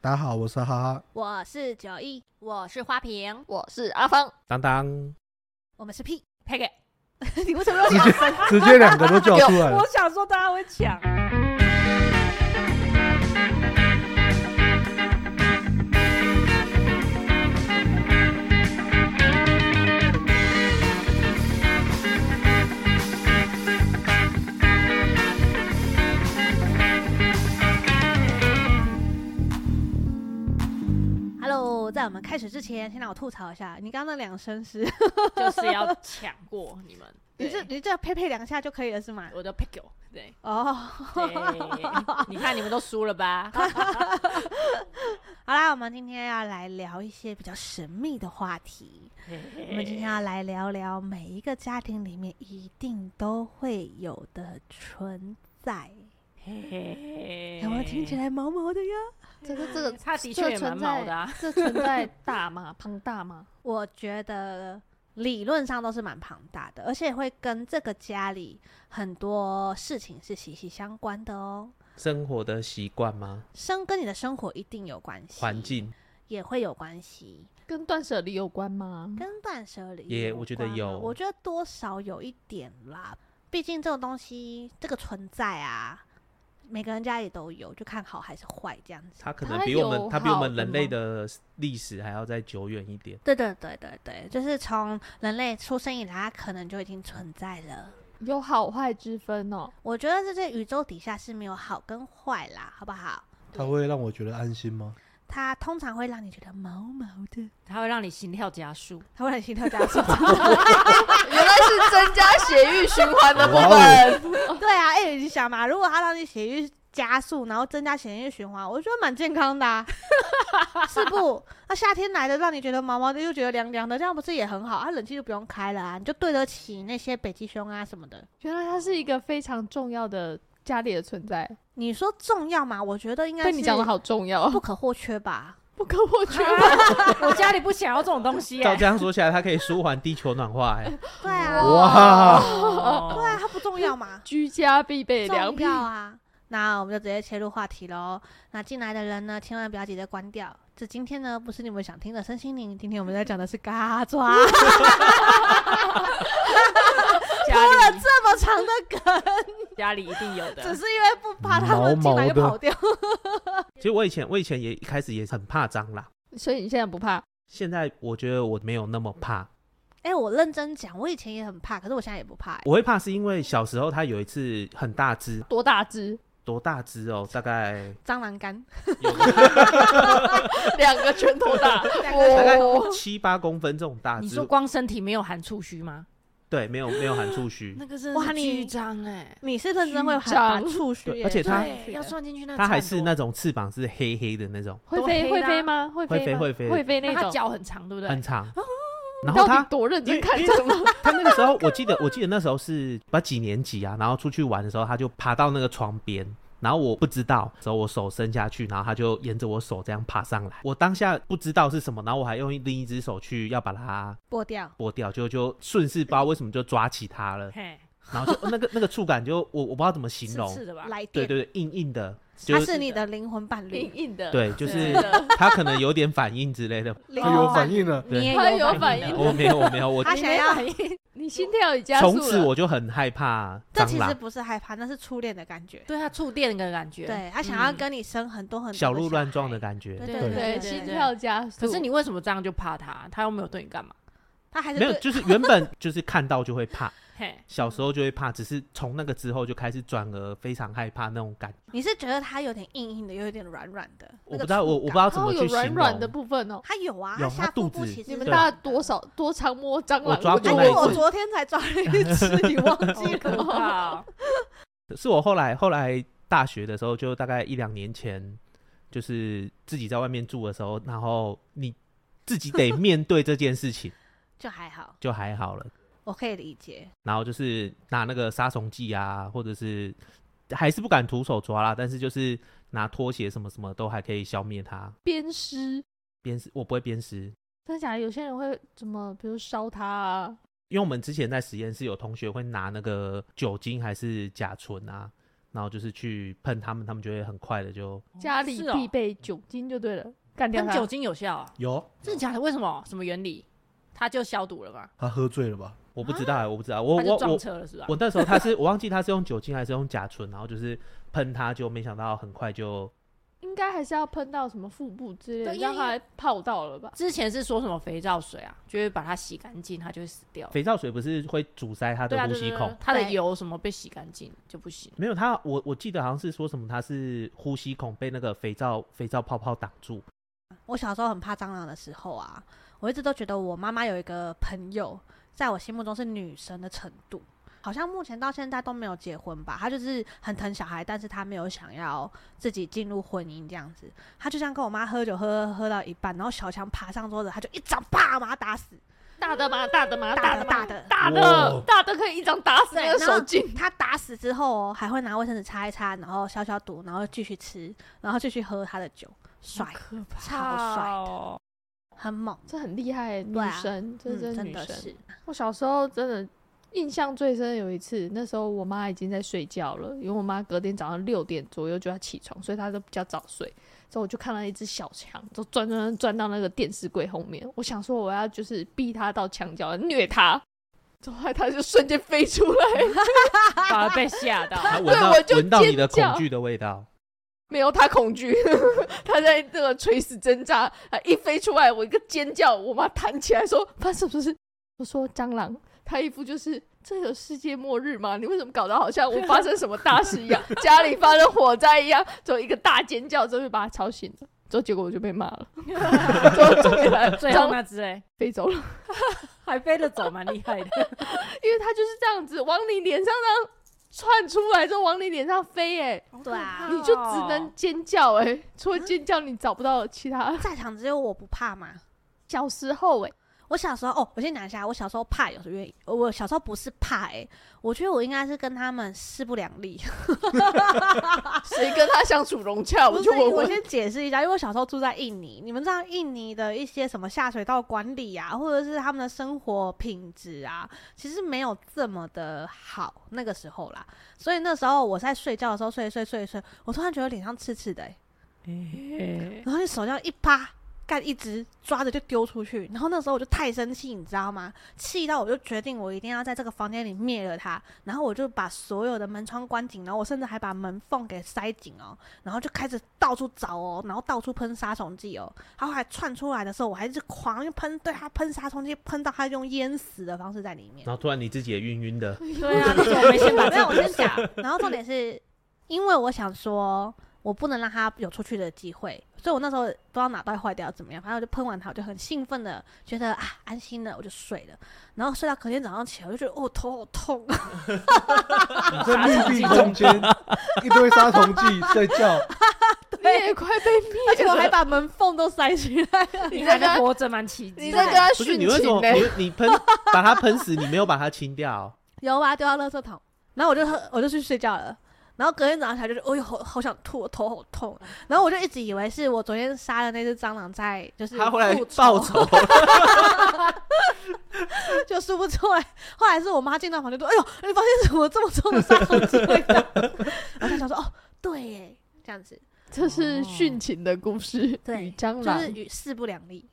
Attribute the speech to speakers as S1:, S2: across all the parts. S1: 大家好，我是哈哈。
S2: 我是九一，我是花瓶，
S3: 我是阿芳，
S4: 当当，
S2: 我们是 P p e g 你为什 么要抢声？
S1: 直接两个都叫出 来了
S2: 我。想说大家会抢。Hello，在我们开始之前，先让我吐槽一下，你刚刚那两声 是，。
S3: 就是要抢过你们
S2: 你这
S3: 对
S2: 你这呸呸两下就可以了是吗？
S3: 我的 pick you，对，
S2: 哦，
S3: 对你看你们都输了吧？
S2: 好啦，我们今天要来聊一些比较神秘的话题。我们今天要来聊聊每一个家庭里面一定都会有的存在，有
S3: 有
S2: 没有听起来毛毛的呀？
S3: 这个这个他的确也蛮毛的啊，
S5: 这存在大吗？庞 大吗？
S2: 我觉得理论上都是蛮庞大的，而且会跟这个家里很多事情是息息相关的哦。
S4: 生活的习惯吗？
S2: 生跟你的生活一定有关系，
S4: 环境
S2: 也会有关系，
S5: 跟断舍离有关吗？
S2: 跟断舍离
S4: 也
S2: 有
S4: 我觉得
S2: 关吗
S4: 有
S2: 我觉得多少有一点啦。毕竟这种东西，这个存在啊，每个人家里都有，就看好还是坏这样子。
S4: 它可能
S5: 它
S4: 比我
S5: 有
S4: 们它比我
S5: 好
S4: 们
S5: 的
S4: 人类
S5: 吗
S4: 的历史还要再久远一 点。
S2: 对对对对对，就是从人类出生以来，它可能就已经存在了。
S5: 有好坏之分哦。
S2: 我觉得这些宇宙底下是没有好跟坏啦，好不好？
S1: 它会让我觉得安心吗？
S2: 它通常会让你觉得毛毛的，
S3: 它会让你心跳加速。
S2: 它会让你心跳加 速。
S3: 原来是增加血液循环
S1: 的部
S4: 哦
S1: 分。
S2: 对啊，哎、你想嘛，如果它让你血液加速，然后增加血液循环，我觉得蛮健康的、啊，是不？那夏天来的，让你觉得毛毛的，又觉得凉凉的，这样不是也很好？啊，冷气就不用开了啊，你就对得起那些北极熊啊什么的。
S5: 原来它是一个非常重要的家里的存在，
S2: 你说重要吗？我觉得应该
S5: 被你讲的
S2: 是
S5: 好重要，
S2: 不
S5: 不
S2: 可或缺吧。
S5: 不可或缺。
S3: 我家里不想要这种东西
S4: 照
S3: 欸。
S4: 这样说起来，它可以舒缓地球暖化、 哎，
S2: 对啊，
S1: 哦哇，
S3: 哦
S2: 对啊，它不重要吗？
S5: 居家必备良
S2: 重
S5: 品
S2: 要，啊。那我们就直接切入话题喽。那进来的人呢，千万不要急着关掉。这今天呢，不是你们想听的身心灵，今天我们在讲的是嘎 抓，
S3: 家里
S2: 这么长 的梗，
S3: 家里一定有
S2: 只
S3: 的。
S2: 是因为不怕他们进来就跑掉。
S4: 其实我以前我以前也一开始也很怕蟑螂，
S5: 所以你现在不怕？
S4: 现在我觉得我没有那么怕。
S2: 哎、我认真讲，我以前也很怕，可是我现在也不怕、欸。
S4: 我会怕是因为小时候它有一次很大只，
S5: 多大只？
S4: 多大只哦？大概
S2: 蟑螂干，
S5: 两个拳头大。
S2: 啊
S4: 大概
S5: 哦，
S4: 七八公分这种大
S3: 你
S4: 只
S3: 说，光身体没有含触须吗？
S4: 对，没有没有含触 须，
S3: 个真
S2: 的是巨欸
S3: 张哎，
S2: 你是认真会
S5: 虚
S2: 把
S5: 张
S2: 触须
S4: 对
S2: 耶，
S4: 而且它
S2: 对要算
S3: 算进去那
S4: 它还是那种翅膀是黑黑的那种，
S5: 会
S3: 多
S5: 飞
S3: 黑
S5: 会
S3: 啦
S5: 飞吗？会
S4: 会飞
S5: 吗
S4: 会飞
S5: 会飞那
S3: 它
S5: 种。
S3: 脚很长，对不对
S4: 很？长。然后
S5: 到
S4: 它
S5: 底多认
S4: 因为
S5: 真看
S4: 因为
S5: 蟑螂？
S4: 他那个时候，我记得，我记得那时候是不知道几年级啊，然后出去玩的时候，他就爬到那个床边，然后我不知道，之后我手伸下去，然后他就沿着我手这样爬上来。我当下不知道是什么，然后我还用另一只手去要把它
S2: 剥掉。
S4: 拨掉，就就顺势不知道为什么就抓起它了，
S3: 嘿，
S4: 然后就那个那个触感就我我不知道怎么形
S3: 刺
S4: 容，
S3: 刺的吧？
S2: 来
S4: 对
S2: 电，
S4: 对对，硬硬的，就哎
S2: 他是你的灵魂伴
S5: 硬
S2: 侣，
S5: 硬 的。
S4: 对，就
S3: 对
S4: 是他可能有点反应之类的。
S2: 灵
S1: 它
S2: 魂
S1: 有
S2: 伴
S1: 反
S2: 侣，
S1: 应了。
S4: 对
S2: 你也
S5: 他
S2: 有
S5: 有
S2: 反
S5: 反
S2: 应
S5: 应
S2: 的。
S4: 我没有我没有，我
S2: 他
S5: 你
S2: 想
S5: 没
S2: 要，
S5: 反应，你心跳也加速
S4: 从
S5: 了。
S4: 此我就很害怕
S2: 这
S4: 蟑
S2: 其实
S4: 螂。
S2: 不是害怕，那是初恋的感觉。
S3: 对它触电的感觉。
S2: 对他想要
S3: 嗯
S2: 跟你生很多很多的
S4: 小鹿乱撞
S2: 孩
S4: 的感觉，
S2: 对
S3: 对
S2: 对
S5: 对
S2: 对
S5: 心
S2: 对，
S5: 跳加速。
S3: 可是你为什么这样就怕它？它又没有对你干嘛？
S2: 他还是
S4: 没有，
S2: 对
S4: 就是原本 就是看到就会怕，
S3: 嘿，
S4: 小时候就会怕，只是从那个之后就开始转而非常害怕那种感觉。
S2: 你是觉得它有点硬硬的，又有点软软的，
S4: 我
S2: 那个
S4: 不知道，我
S2: 触
S4: 我不知
S2: 感哦
S4: 道怎
S5: 它
S4: 么
S5: 会有
S4: 去形
S5: 软
S4: 容。
S5: 软的部分哦。
S2: 它有啊，
S4: 有
S2: 它下
S4: 它
S2: 腹
S4: 肚
S2: 部
S4: 子
S2: 其实
S5: 你们
S2: 是
S4: 对
S5: 大
S2: 软
S5: 概
S2: 的
S5: 多？少多常摸蟑
S4: 我
S5: 螂？
S4: 抓过
S5: 就
S2: 因
S4: 那
S2: 为
S4: 一
S5: 问
S2: 我
S4: 次
S2: 昨天才抓了一 只，你忘记
S3: 好可
S2: 了？
S3: 怕哦！
S4: 是我后来后来大学的时候，就大概一两年前，就是自己在外面住的时候，然后你自己得面对这件事情，
S2: 就还好，
S4: 就还好了。
S2: 我可以理解。
S4: 然后就是拿那个杀虫剂啊，或者是还是不敢徒手抓啦，但是就是拿拖鞋什么什么都还可以消灭它。
S5: 鞭尸，
S4: 鞭尸我不会鞭尸，
S5: 真的假的？有些人会怎么，比如烧它啊，
S4: 因为我们之前在实验室有同学会拿那个酒精还是甲醇啊，然后就是去喷它们，它们就会很快的就
S5: 家里
S6: 是哦
S5: 必备酒精就对了，干掉
S6: 喷
S5: 它。
S6: 酒精有效啊？
S1: 有
S6: 真的假的？为什么？什么原理？它就消毒了吗？
S1: 他喝醉了吧？
S4: 我不知道欸，我不知道，
S6: 它
S4: 我我
S6: 啊就
S4: 我
S6: 撞车了是吧？
S4: 我那时候它是我忘记它是用酒精还是用甲醇，然后就是喷它，就没想到很快就
S5: 应该还是要喷到什么腹部之类的，
S6: 对因为
S5: 让它泡到了吧？
S6: 之前是说什么肥皂水啊，就会把它洗干净，它就会死掉。
S4: 肥皂水不是会阻塞它
S6: 对
S4: 的
S6: 啊，
S4: 呼
S6: 对
S4: 吸
S6: 对对
S4: 孔？
S6: 它的
S3: 对
S6: 油什么被洗干净就不行。
S4: 没有它，我我记得好像是说什么它是呼吸孔被那个肥皂肥皂泡泡挡住，
S2: 我小时候很怕蟑螂的时候啊，我一直都觉得我妈妈有一个朋友，在我心目中是女神的程度。好像目前到现在都没有结婚吧，她就是很疼小孩，但是她没有想要自己进入婚姻这样子。她就像跟我妈喝酒喝喝到一半，然后小强爬上桌子，她就一掌啪把她打死，
S5: 大的嘛，大的嘛，
S2: 大的
S5: 的
S2: 大
S5: 嘛，
S2: 的。
S5: 大
S1: 哇
S5: 的大的可以一掌打死
S2: 对
S5: 那个
S2: 然后
S5: 手劲。
S2: 他打死之后哦，还会拿卫生纸擦一擦，然后消消毒，然后继续吃，然后继续喝他的酒，帅，
S6: 可
S2: 超帅的
S6: 哦！
S2: 很猛，
S5: 这很厉害欸，女
S2: 对啊
S5: 神，这
S2: 嗯
S5: 真
S2: 真
S5: 女
S2: 的
S5: 神。
S2: 是。
S5: 我小时候真的印象最深的有一次，那时候我妈已经在睡觉了，因为我妈隔天早上六点左右就要起床，所以她都比较早睡。之后我就看到一只小强，就钻钻钻钻到那个电视柜后面。我想说我要就是逼它到墙角虐它，之后它就瞬间飞出来，
S6: 反而被吓到。
S4: 它闻
S5: 对
S4: 到
S5: 我就
S4: 闻到你的恐
S5: 尖叫
S4: 惧的味道。
S5: 没有它恐惧， 它在那个垂死挣扎。啊，一飞出来，我一个尖叫，我妈弹起来说：“发生什么事？”我说：“蟑螂。”她一副就是这有世界末日吗？你为什么搞得好像我发生什么大事一样，家里发生火灾一样？就一个大尖叫，之后就把她吵醒了。之后结果我就被骂了，之后重点来了，
S6: 最
S5: 蟑
S6: 后
S5: 螂
S6: 那只哎，
S5: 飞走了，
S6: 还飞得走，蛮厉害的。
S5: 因为它就是这样子往你脸上这样窜出来，之后往你脸上飞、哎、
S2: 对啊，
S5: 你就只能尖叫、哎，除了尖叫，你找不到其他。
S2: 在场只有我不怕嘛。
S5: 小时候、哎，
S2: 我小时候哦，我先讲一下，我小时候怕有原因，我小时候不是怕诶、我觉得我应该是跟他们势不两立。
S5: 谁跟他相处融洽，
S2: 不
S5: 我
S2: 是
S5: 就问
S2: 我
S5: 问。
S2: 先解释一下，因为我小时候住在印尼，你们知道印尼的一些什么下水道管理啊，或者是他们的生活品质啊，其实没有这么的好那个时候啦。所以那时候我在睡觉的时候睡一睡睡一睡，我突然觉得脸上刺刺的、欸，然后就手这样一扒。干一直抓着就丢出去，然后那时候我就太生气，你知道吗？气到我就决定我一定要在这个房间里灭了它，然后我就把所有的门窗关紧，然后我甚至还把门缝给塞紧哦，然后就开始到处找哦，然后到处喷杀虫剂哦。它后来窜出来的时候，我还是狂用喷，对它喷杀虫剂，喷到它用淹死的方式在里面。
S4: 然后突然你自己也晕 晕的，
S6: 对啊，那 时候我没 先把
S2: 没
S6: 这
S2: 有，我先讲。然后重点是，因为我想说，我不能让它有出去的机会，所以我那时候不知道脑袋坏掉怎么样，反正我就喷完它，我就很兴奋的觉得啊安心了，我就睡了。然后睡到隔天早上起来，我就觉得哦头好痛，
S1: 你在密闭空间， 一堆杀虫剂睡觉，
S5: 你也快被
S2: 而且
S5: 灭
S2: 我还
S5: 了，
S2: 把门缝都塞起来了。
S6: 你
S5: 你
S6: 还
S5: 在跟
S6: 能
S5: 他，
S6: 活着，蛮奇迹
S5: 你
S6: 的。
S5: 在跟他
S4: 不是
S5: 殉
S4: 你为什
S5: 情
S4: 么
S5: 呢、
S4: 你你喷把它喷死，你没有把它清掉？
S2: 有把它丢到垃圾桶，然后我就喝，我就去睡觉了。然后隔天早上起来就是，哎呦，好好想吐，我头好痛。然后我就一直以为是我昨天杀了那只蟑螂在，就是
S4: 它回来
S2: 复仇
S4: 报，仇，
S2: 就输不出来。后来是我妈进到房间说：“哎呦，你房间怎么这么重的杀虫剂味道？” 然后她想说：“哦，对耶，这样子
S5: 这是殉情的故事，
S2: 对哦
S5: 与蟑
S2: 就
S5: 螂。
S2: 是与势不两立。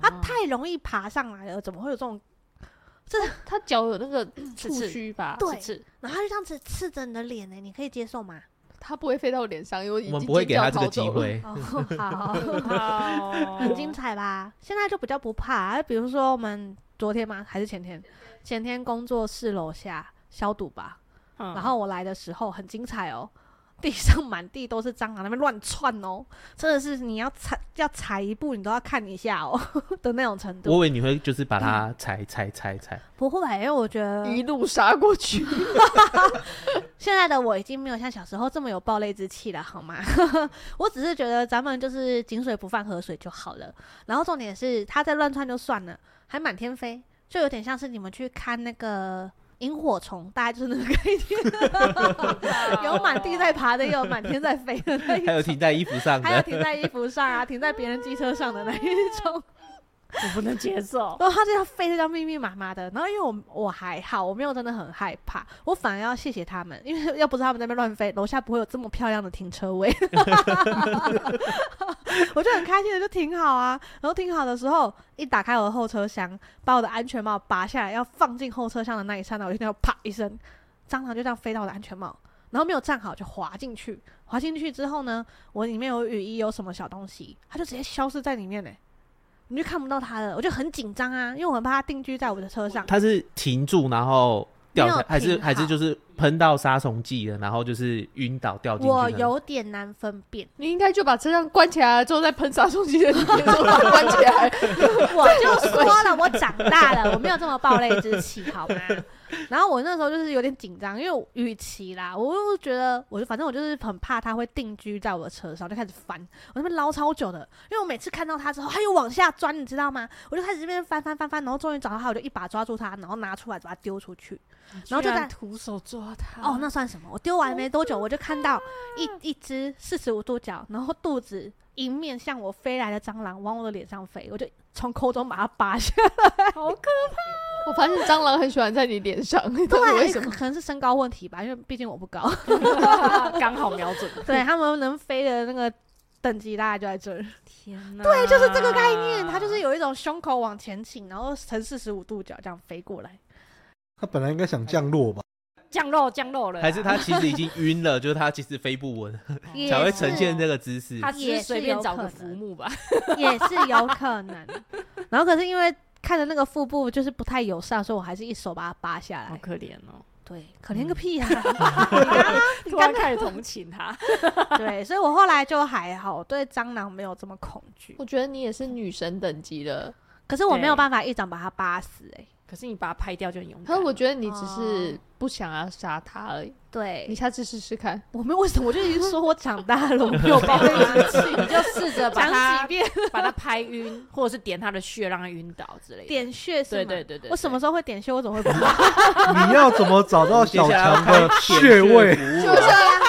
S2: 它啊太容易爬上来了，怎么会有这种？
S5: 他脚有那个
S6: 刺
S5: 触
S6: 刺
S5: 须吧？
S2: 对
S6: 是
S2: 然后它就这样子刺着你的脸呢，你可以接受吗？
S5: 他不会飞到我脸上，因为已
S4: 我们
S5: 经
S4: 不会给它
S5: 他
S4: 这个 机。会。
S2: 哦，好。”很
S6: 很
S2: 精彩吧？现在就比较不怕、啊比如说我们昨天吗？还是前天？前天工作室楼下消毒吧。
S6: 嗯
S2: 然后我来的时候很精彩哦， 地上满地都是蟑螂，那边乱窜哦，真的是你要踩要踩一步，你都要看一下哦 的那种程
S4: 我以
S2: 度。
S4: 为你会就是把它踩踩踩踩，
S2: 不会，因为我觉得
S5: 一路杀过去，
S2: 现在的我已经没有像小时候这么有暴戾之气了，好吗？ 我只是觉得咱们就是井水不犯河水就好了。然后重点是，它在乱窜就算了，还满天飞，就有点像是你们去看那个萤火虫，大概就是那个概念， 有满地在爬的，也有满天在飞的那一
S4: 还有
S2: 种，
S4: 停在衣服上
S2: 还有
S4: 的，
S2: 停在衣服上啊，停在别人机车上的那一种。
S6: 我不能接受。
S2: 然后他就要飞得这样密密麻麻的，然后因为我我还好，我没有真的很害怕，我反而要谢谢他们，因为要不是他们在那边乱飞，楼下不会有这么漂亮的停车位，我就很开心的就停好啊，然后停好的时候，一打开我的后车厢，把我的安全帽拔下来要放进后车厢的那一刹那，我就听到啪一声，蟑螂就这样飞到我的安全帽。然后没有站好就滑进去，滑进去之后呢，我里面有雨衣，有什么小东西，它就直接消失在里面嘞、你就看不到它了，我就很紧张啊，因为我很怕它定居在我的车上。
S4: 它是停住然后掉下
S2: 没有，
S4: 还是
S2: 停好
S4: 还是就是喷到杀虫剂了，然后就是晕倒掉进去。
S2: 我，有点难分辨，
S5: 你应该就把车上关起来，之后再喷杀虫剂在里面，之后把它关起来。
S2: 我就说了，我长大了，我没有这么暴戾之气，好吗？然后我那时候就是有点紧张，因为与其啦，我又觉得，我就反正我就是很怕它会定居在我的车上，我就开始翻，我那边捞超久的，因为我每次看到它之后，它又往下钻，你知道吗？我就开始这边翻翻翻翻，然后终于找到它，我就一把抓住它，然后拿出来把它丢出去。然后就
S5: 居
S2: 在
S5: 徒手抓他
S2: 哦， 那算什么？我丢完没多久，我就看到一一只四十五度角，然后肚子迎面向我飞来的蟑螂往我的脸上飞，我就从口中把它拔下。
S5: 好可怕！我发现蟑螂很喜欢在你脸上， 你到底为什
S2: 哎可
S5: 么？
S2: 可能是身高问题吧，因为毕竟我不高。
S6: 刚好瞄准。
S2: 对他们能飞的那个等级大概就在这儿。
S6: 天哪！
S2: 对，就是这个概念，它
S6: 啊
S2: 就是有一种胸口往前倾，然后呈四十五度角这样飞过来。
S1: 他本来应该想降落吧？
S6: 降肉降肉了啦，
S4: 还是它其实已经晕了，就是它其实飞不稳，
S2: 也
S4: 才会
S2: 是
S4: 呈现这个姿势。
S6: 他只
S2: 也
S6: 是
S2: 是
S6: 随便
S2: 有
S6: 找
S2: 可
S6: 个浮
S2: 能
S6: 木吧。
S2: 也是有可能。然后可是因为看着那个腹部就是不太友善，所以我还是一手把它拔下来。
S6: 可怜哦，
S2: 对，可怜
S6: 嗯
S2: 个屁呀、啊
S6: 你刚开始同情他，
S2: 对，所以我后来就还好，我对蟑螂没有这么恐惧。
S5: 我觉得你也是女神等级了，
S2: 可是我没有
S6: 对
S2: 办法一掌把它扒死、欸，哎，
S6: 可是你把他拍掉就很勇
S5: 可
S6: 敢
S5: 是
S6: 了。
S5: 我觉得你只
S2: 哦
S5: 是不想要杀他而已。你
S2: 对，
S5: 下次试试看。
S2: 我们为什么我就已经说我长大了，我没有办法
S6: 你就试着把
S2: 讲
S6: 他
S2: 几遍
S6: 把他拍晕，或者是点他的血让他晕倒之类的。
S2: 点穴是
S6: 对
S2: 吗
S6: 对对对，
S2: 我什
S6: 对
S2: 么时候会点穴？我怎么会不知道？
S1: 你要怎么找到小强的
S4: 穴
S1: 穴位？
S5: 啊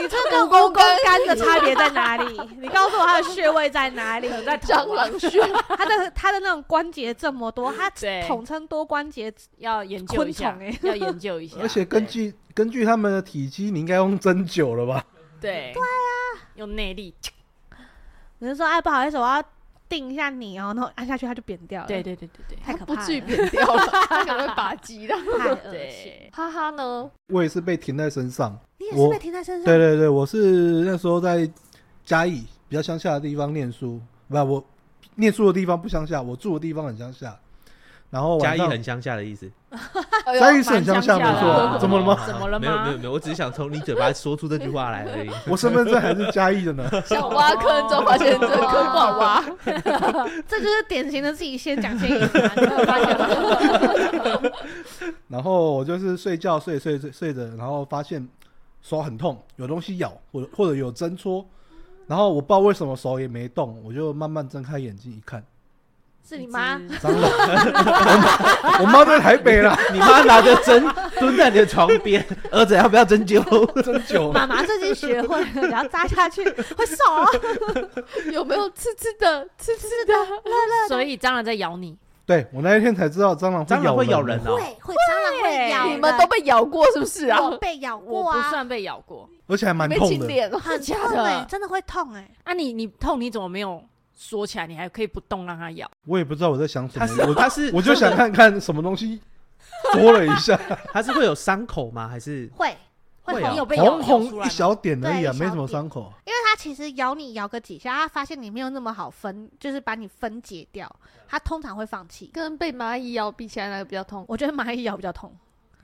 S2: 你这跟蜈蚣干的差别在哪里？你告诉我它的穴位在哪里？在
S5: 蟑螂穴，
S2: 它的它的那种关节这么多，它
S6: 对
S2: 统称多关节
S6: 要研究
S2: 昆
S6: 一
S2: 虫
S6: 下，
S2: 哎、欸
S6: 要研究一下。
S1: 而且根据根据他们的体积，你应该用针灸了吧？
S6: 对对啊，用内力，
S2: 你就说哎，不好意思，我要定一下你哦，然后按下去它就扁掉了。
S6: 对，对对对对。
S2: 太可怕
S5: 不
S2: 了，
S5: 至于扁掉 了，他可能会拔鸡的。
S2: 太恶心。
S6: 对，
S5: 哈哈呢，
S1: 我也是被停在身上。
S2: 你也是
S1: 我
S2: 被停在身上？
S1: 对对对，我是那时候在嘉义比较乡下的地方念书，不，我念书的地方不乡下，我住的地方很乡下。然后
S4: 嘉
S1: 晚
S4: 义
S1: 上
S4: 很乡下的意思，
S5: 哎
S1: 嘉义
S5: 呦，
S1: 是很乡下，没
S6: 蛮乡下的啊
S1: 错。怎么了吗？
S6: 怎么了
S4: 没有
S6: 吗
S4: 没有没有，我只是想从你嘴巴说出这句话来而已。
S1: 我身份证还是嘉义的呢。
S5: 想挖坑之后发现这个坑不好挖，
S2: 这就是典型的自己先讲先赢嘛，你有没有发现吗
S1: 然后我就是睡觉睡睡睡睡着，然后发现手很痛，有东西咬，或者或者有针戳，然后我不知道为什么手也没动，我就慢慢睁开眼睛一看，
S2: 是你妈
S6: 一，只
S1: 蟑 螂，我妈在台北啦，
S4: 你妈拿着针蹲在你的床边，儿子要不要针灸？
S1: 针灸，
S2: 妈妈最近学会了，然后扎下去会手啊，
S5: 有没有刺刺的、刺刺的？
S6: 所以蟑螂在咬你，
S1: 对我那一天才知道蟑螂
S4: 蟑螂会咬人
S1: 的
S4: 哦。
S2: 会蟑螂会咬人，
S5: 你们都被咬过是不是啊？
S2: 我被咬
S6: 我
S2: 过
S6: 不
S2: 啊，
S6: 算被咬过。
S1: 而且还蛮
S5: 没
S1: 痛
S5: 清
S1: 的。
S5: 脸，
S2: 很
S5: 假
S2: 痛哎，
S5: 的。
S2: 真的会痛哎，
S6: 啊你，你痛你怎么没有缩起来？你还可以不动让它咬？
S1: 我也不知道我在想什
S4: 它是
S1: 么，我
S4: 它是
S1: 我就想看看什么东西戳了一下，
S4: 它是会有伤口吗？还是
S2: 会
S4: 会
S2: 会
S4: 啊
S2: 痛
S6: 你。有被咬
S1: 红
S6: 咬出
S1: 红
S6: 来
S1: 一
S6: 吗？
S1: 小点而已啊，
S2: 对一小
S1: 没什么伤口。
S2: 因为它其实咬你咬个几下，它发现你没有那么好分，就是把你分解掉，它通常会放弃。
S5: 跟被蚂蚁咬比起来，哪个比较痛？
S2: 我觉得蚂蚁咬比较痛，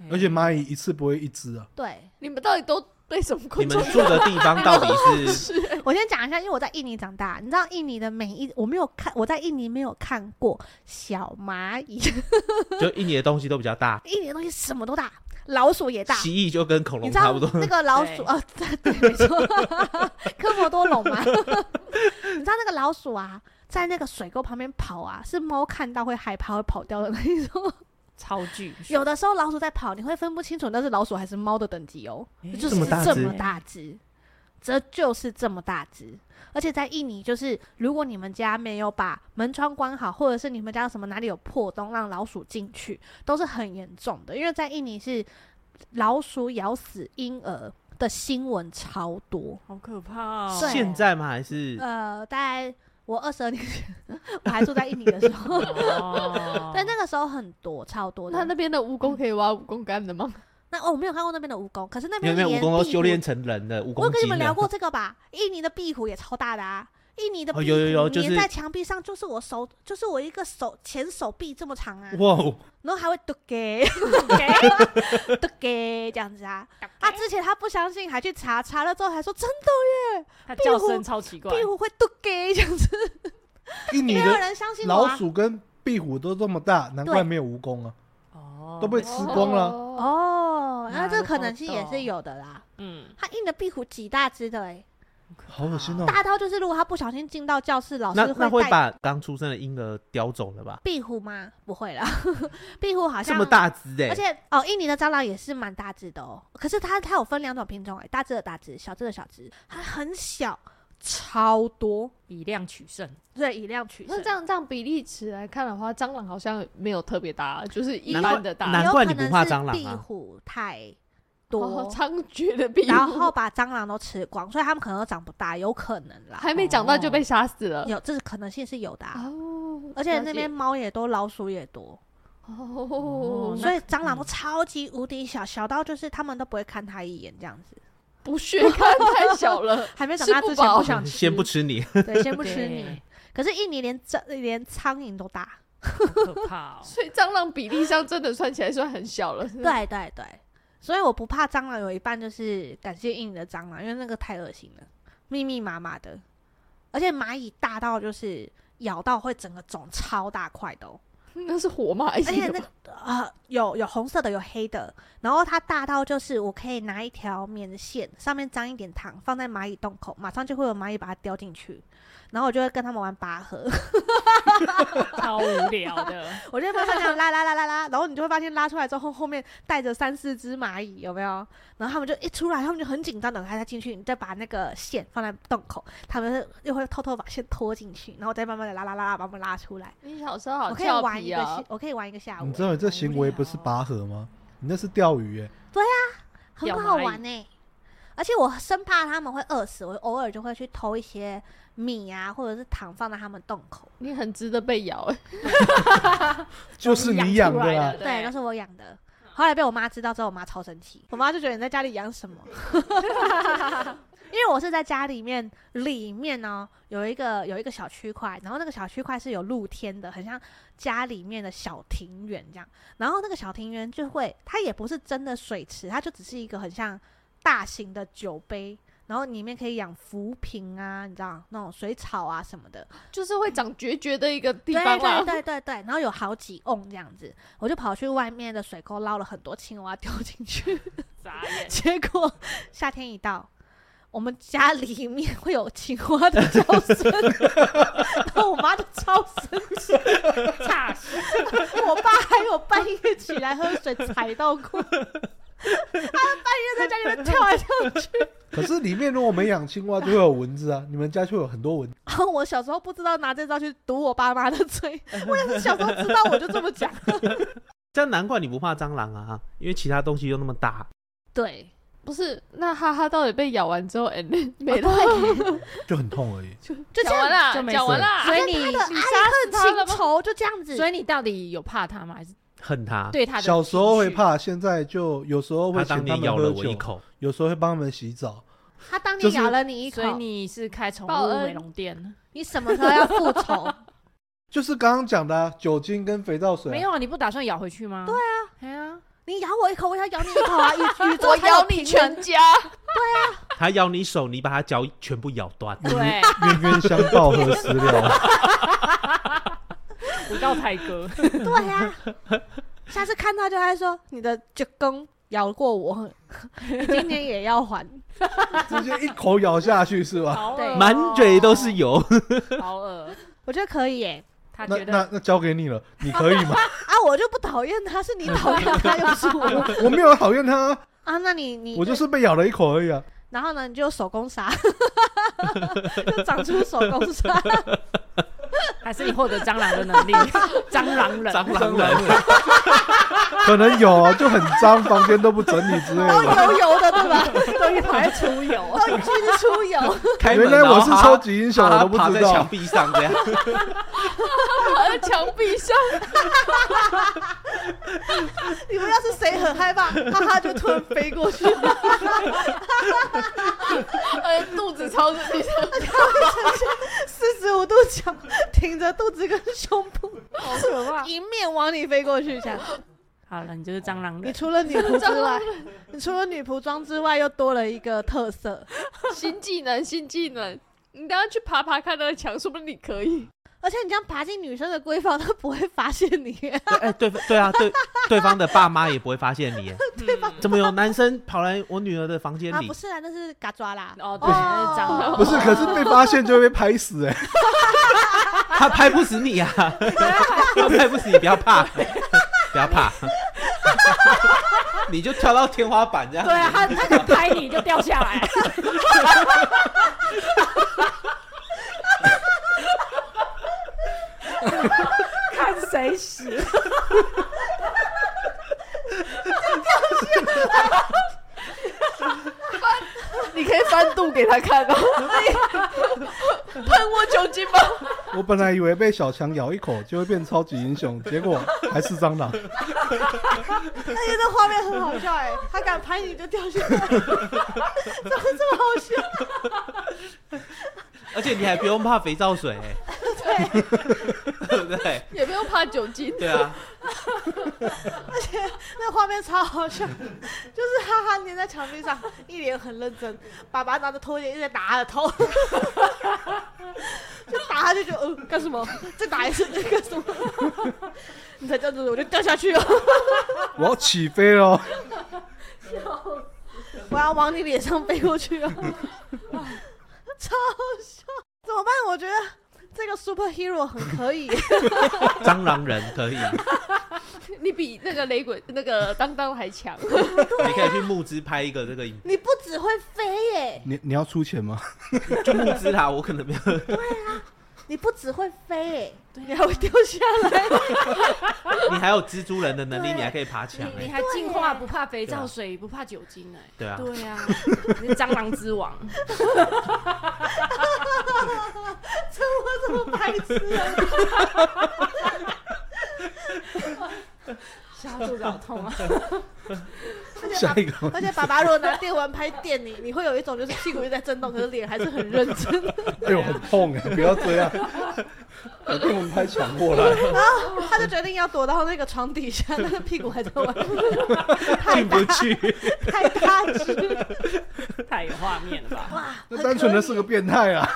S1: 而且蚂蚁一次不会一只啊，
S2: 对
S5: 你们到底都被什么
S4: 你
S5: 昆
S4: 们
S5: 虫
S4: 住的地方到底是？
S2: 我先讲一下，因为我在印尼长大，你知道印尼的每一我没有看，我在印尼没有看过小蚂蚁，
S4: 就印尼的东西都比较大，
S2: 印尼的东西什么都大，老鼠也大。
S4: 蜥蜴就跟恐
S2: 你
S4: 龙
S2: 知
S4: 差
S2: 道
S4: 不多。
S2: 那个老鼠
S6: 对
S2: 哦， 对对，没错，科摩多龙嘛。 你知道那个老鼠啊，在那个水沟旁边跑啊，是猫看到会害怕会跑掉的那一种。
S6: 超巨
S2: 有的时候老鼠在跑，你会分不清楚那是老鼠还是猫的等级哦，
S6: 诶
S2: 就是
S4: 这么大
S2: 这
S4: 只
S2: 么大只，这就是这么大只。而且在印尼，就是如果你们家没有把门窗关好，或者是你们家什么哪里有破洞让老鼠进去，都是很严重的。因为在印尼是老鼠咬死婴儿的新闻超多。
S6: 好可怕哦
S2: 对
S4: 现在吗？还是
S2: 呃，大概我二十二年前我还住在印尼的时候，
S6: 哦
S2: 但那个时候很多，超多的。
S5: 那那边的蜈蚣可以挖蜆蚣干的吗？
S2: 那哦，我没有看过那边的蜈蚣，可是那
S4: 因
S2: 边
S4: 为
S2: 的
S4: 蜈
S2: 岩
S4: 蚣都
S2: 壁
S4: 修
S2: 虎
S4: 炼成人了，蜈
S2: 我有
S4: 蚣
S2: 跟你
S4: 精
S2: 们聊
S4: 了。
S2: 过这个吧？印尼的壁虎也超大的啊！印尼的
S4: 哦
S2: 壁
S4: 有有有
S2: 虎
S4: 就是
S2: 粘在墙壁上，就是我手，就是我一个手前手臂这么长啊，
S4: 哇哦，
S2: 然后还会嘟给嘟给这样子啊。
S6: 哎
S2: 啊，之前他不相信，还去查，查了之后还说真的
S6: 它
S2: 壁
S6: 叫
S2: 虎
S6: 声超奇怪，
S2: 壁虎会嘟给这样子，
S1: 印尼
S2: 没有
S1: 的
S2: 人相信我
S1: 老
S2: 啊。
S1: 鼠跟壁虎都这么大，难怪
S2: 对
S1: 没有蜈蚣啊，
S6: 哦
S1: 都被吃光了。
S5: 哦，
S2: 哦，那这
S6: 哪
S2: 个可
S6: 都
S2: 能性也
S6: 懂
S2: 是有的啦。
S6: 嗯，
S2: 他印的壁虎几大只的哎，
S1: 好恶心哦！
S2: 大到就是如果他不小心进到教室，老
S4: 嗯那
S2: 师
S4: 那会
S2: 带
S4: 把刚出生的婴儿叼走了吧？
S2: 壁虎吗？不会 啦，壁虎好
S4: 这
S2: 像
S4: 么大只哎、
S2: 而且哦，印尼的蟑螂也是蛮大只的哦。可是它它有分两种品种哎、大只的大只，小只的小只，它很小，超多，
S6: 以量取胜，
S2: 对，以量取胜
S5: 那这。样这样比例尺来看的话，蟑螂好像没有特别大，就是一
S4: 难
S5: 般
S4: 怪
S5: 的
S4: 难
S5: 大。
S2: 有
S4: 怪
S2: 可
S4: 你不
S2: 能
S4: 怕
S2: 是
S4: 蟑螂啊
S2: 壁虎太
S5: 哦
S2: 多，
S5: 猖獗的壁虎，
S2: 然后把蟑螂都吃光，所以它们可能都长不大，有可能 啦。
S5: 还没长大就被杀死了。
S2: 有这是可能性是有的、啊，
S5: 哦，
S2: 而且
S5: 了
S2: 那
S5: 解
S2: 边猫也多，老鼠也多，
S5: 哦，
S2: 所以蟑螂都超级无敌小，小到就是它们都不会看它一眼这样子。。
S5: 不屑看太小了
S2: 还没长
S5: 吃
S2: 大
S5: 不
S2: 之前
S5: 饱
S2: 不想吃，
S4: 先不吃你，
S2: 对，先不吃
S6: 对
S2: 你。可是印尼连蟑连苍蝇都大，
S6: 好可怕哦
S5: 所以蟑螂比例上真的算起来算很小了。是吗，
S2: 对对对，所以我不怕蟑螂，有一半就是感谢印尼的蟑螂，因为那个太恶心了，密密麻麻的，而且蚂蚁大到就是咬到会整个肿超大块的、哦，
S5: 那哎是活蚂蚁
S2: 而且那
S5: 吗。
S2: 呃有有红色的有黑的，然后它大到就是我可以拿一条棉线，上面沾一点糖，放在蚂蚁洞口，马上就会有蚂蚁把它叼进去，然后我就会跟他们玩拔河。
S6: 超无聊的，
S2: 我就会慢慢这样拉拉拉拉拉，然后你就会发现拉出来之后，后面带着三四只蚂蚁，有没有？然后他们就一出来，他们就很紧张，等它再进去，你再把那个线放在洞口，他们又会偷偷把线拖进去，然后再慢慢的拉拉拉拉把我们拉出来。
S5: 你小时候好
S2: 我可以
S5: 调
S2: 玩一
S5: 皮
S2: 个
S5: 啊
S2: 下，！我可以玩一个下午
S1: 你知，道你这行为不是拔河吗？你那是钓鱼耶，
S2: 欸很
S6: 钓
S2: 好
S6: 蚂蚁
S2: 玩呢、欸而且我生怕他们会饿死，我偶尔就会去偷一些米啊，或者是糖放在他们洞口。
S5: 你很值得被咬哎。
S1: 就是你养的啊啦。
S2: 对，都是我养的。后来被我妈知道之后，我妈超生气，我妈就觉得你在家里养什么， 因为我是在家里面里面呢、有一个有一个小区块，然后那个小区块是有露天的，很像家里面的小庭院这样。然后那个小庭院就会，它也不是真的水池，它就只是一个很像大型的酒杯。然后里面可以养浮萍啊，你知道那种水草啊什么的，
S5: 就是会长决绝的一个地
S2: 对
S5: 方啊啦。
S2: 对对对对，然后有好几瓮这样子，我就跑去外面的水沟捞了很多青蛙丢进去，
S6: 眨眼，
S2: 结果夏天一到。我们家里面会有青蛙的叫声，然后我妈就超生气，
S6: 差死，
S2: 我爸还有半夜起来喝水踩到过，他半夜在家里面跳来跳去。
S1: 可是里面如果没养青蛙，就会有蚊子啊。你们家就有很多蚊子。
S2: 然后我小时候不知道拿这招去堵我爸妈的嘴，我要是小时候知道我就这么讲。
S4: 这样难怪你不怕蟑螂啊，因为其他东西又那么大。
S2: 对，
S5: 不是，那哈哈到底被咬完之后，哎，没了，
S1: 就很痛而已。
S2: 就这
S5: 讲
S2: 样，
S5: 完啦
S6: 就，没
S5: 讲完
S1: 事
S5: 啦。
S6: 所以你
S5: 你杀死他了
S2: 情
S5: 吗？
S2: 仇就这样子。
S6: 所以你到底有怕它吗？还是
S4: 恨它，
S6: 对它的
S1: 小时候会
S6: 情绪，
S1: 怕，现在就有时候
S4: 它
S1: 会
S4: 当
S1: 请他
S4: 年
S1: 们
S4: 咬
S1: 喝
S4: 了我一
S1: 酒，
S4: 口，
S1: 有时候会帮他们洗澡。
S2: 他当
S1: 就
S2: 年
S1: 是
S2: 咬了你一口，
S6: 所以你是开宠
S5: 报
S6: 物
S5: 恩
S6: 美容店？
S2: 你什么时候要复 仇？
S1: 就是刚刚讲的啊、酒精跟肥皂水啊、
S6: 没有啊，你不打算咬回去吗？对啊，哎呀，
S2: 你咬我一口，我要咬你一口 啊！宇宇宙
S5: 我
S2: 才有
S5: 咬你
S2: 平衡
S5: 全家，
S4: 它咬你手，你把它脚全部咬断。
S6: 对，
S1: 冤冤相报何时 了？啊
S6: 不到泰哥，
S2: 对呀、下次看到就还说你的九公咬过 我，你今年也要还。
S1: 直接一口咬下去是吧？
S6: 好恶
S2: 对
S6: 哦
S4: 满嘴都是，油，
S6: 好恶，
S2: 我觉得可以耶、
S6: 他
S1: 那
S6: 觉得
S1: 那那交给你了，你可以吗？
S2: 啊，我就不讨厌他，是 你讨厌他，又不是我
S1: 我没有讨厌他啊，
S2: 啊。那你你
S1: 我就是被咬了一口而已啊。
S2: 然后呢，你就手 工杀，就长出手工杀。
S6: 还是你获得蟑螂的能力？蟑螂人，
S4: 蟑螂人，
S1: 可能有啊，就很脏，房间都不整理之类
S2: 都
S1: 的。
S2: 油油的，对 吧？
S6: 都一排出油，
S2: 都均出油，
S4: 开门
S1: 原来我是
S4: 然后
S1: 超级英雄，
S4: 他
S1: 我
S4: 他
S1: 都不
S4: 爬
S1: 知
S4: 在
S1: 道
S4: 墙。壁上这样，
S5: 爬在墙壁上，
S2: 你们要是谁很害怕，哈哈就突然飞过去，
S5: 呃，肚子朝着你，
S2: 四十五度角， 挺着肚子跟胸部，
S6: 好可怕。
S2: 迎面往你飞过去，这样。
S6: 好了，你就是蟑螂
S2: 你
S6: 人，
S2: 除了女仆之外，你除了女仆装之外，又多了一个特色，
S5: 新技能，新技能。你等下去爬爬看那个墙，说不定你可以。
S2: 而且你这样爬进女生的闺房，她不会发现你。
S4: 对哎，对对啊，对对方的爸妈也不会发现你，怎么有男生跑来我女儿的房间
S2: 啊，
S4: 里
S2: 不？是啊，那是嘎抓啦。
S6: 哦，对，那是蟑螂，
S1: 不是，可是被发现就会被拍死哎、
S4: 他拍不死你啊，他拍不死你，不要怕， 不要怕， 你就跳到天花板这样
S6: 对。啊，他他敢拍你就掉下来，看谁死。
S3: 你可以翻肚给他看啊。
S5: 喷我酒精吧，
S1: 我本来以为被小强咬一口就会变超级英雄，结果还是蟑螂。
S2: 哎那些的画面很好笑哎、他敢拍你就掉下来， 怎么这么好笑？
S4: 而且你还不用怕肥皂水、
S2: 对，
S4: 对不对？啊
S5: 也不用怕酒精。
S4: 对啊，
S2: 那画面超好笑， 就是哈哈粘在墙壁上，一脸很认真，爸爸拿着拖鞋一直在打他的头， 就打他就觉得呃干什么？再打一次再干什么？ 你才这样子我就掉下去了，
S1: 我要起飞喽！
S2: 我要往你脸上飞过去了， 超好笑，怎么办？我觉得这个 superhero 很可以。
S4: 蟑螂人可以，你
S5: 你比那个雷鬼那个当当还 强。
S4: 可以去募资拍一个这个影，
S2: 你不只会飞耶，
S1: 你你要出钱吗？
S4: 就募资啦。我可能没有，
S2: 你不只会飞耶，你还会掉下来。
S4: 你还有蜘蛛人的能力，
S2: 对
S4: 你还可以爬墙、
S6: 你你
S4: 哎，
S6: 还进化不怕肥皂水，不怕酒精哎、
S4: 对啊，
S6: 对啊，你是蟑螂之王，
S2: 这我怎么白痴啊？
S6: 小肚子好痛啊！
S2: 而且
S1: 下
S2: 爸
S1: 一个
S2: 而且爸爸如果拿电玩拍电你，你会有一种就是屁股一直在震动，可是脸还是很认 真。
S1: 哎呦，很痛哎、 不要这样，我被我们拍抢过来。
S2: 然后他就决定要躲到那个床底下，但是屁股还在外面，
S4: 进不去。
S2: 太大只了
S6: 太有画面了吧？
S2: 哇！
S1: 那
S2: 很
S1: 单纯的
S2: 可
S1: 是
S2: 以
S1: 个变态啊！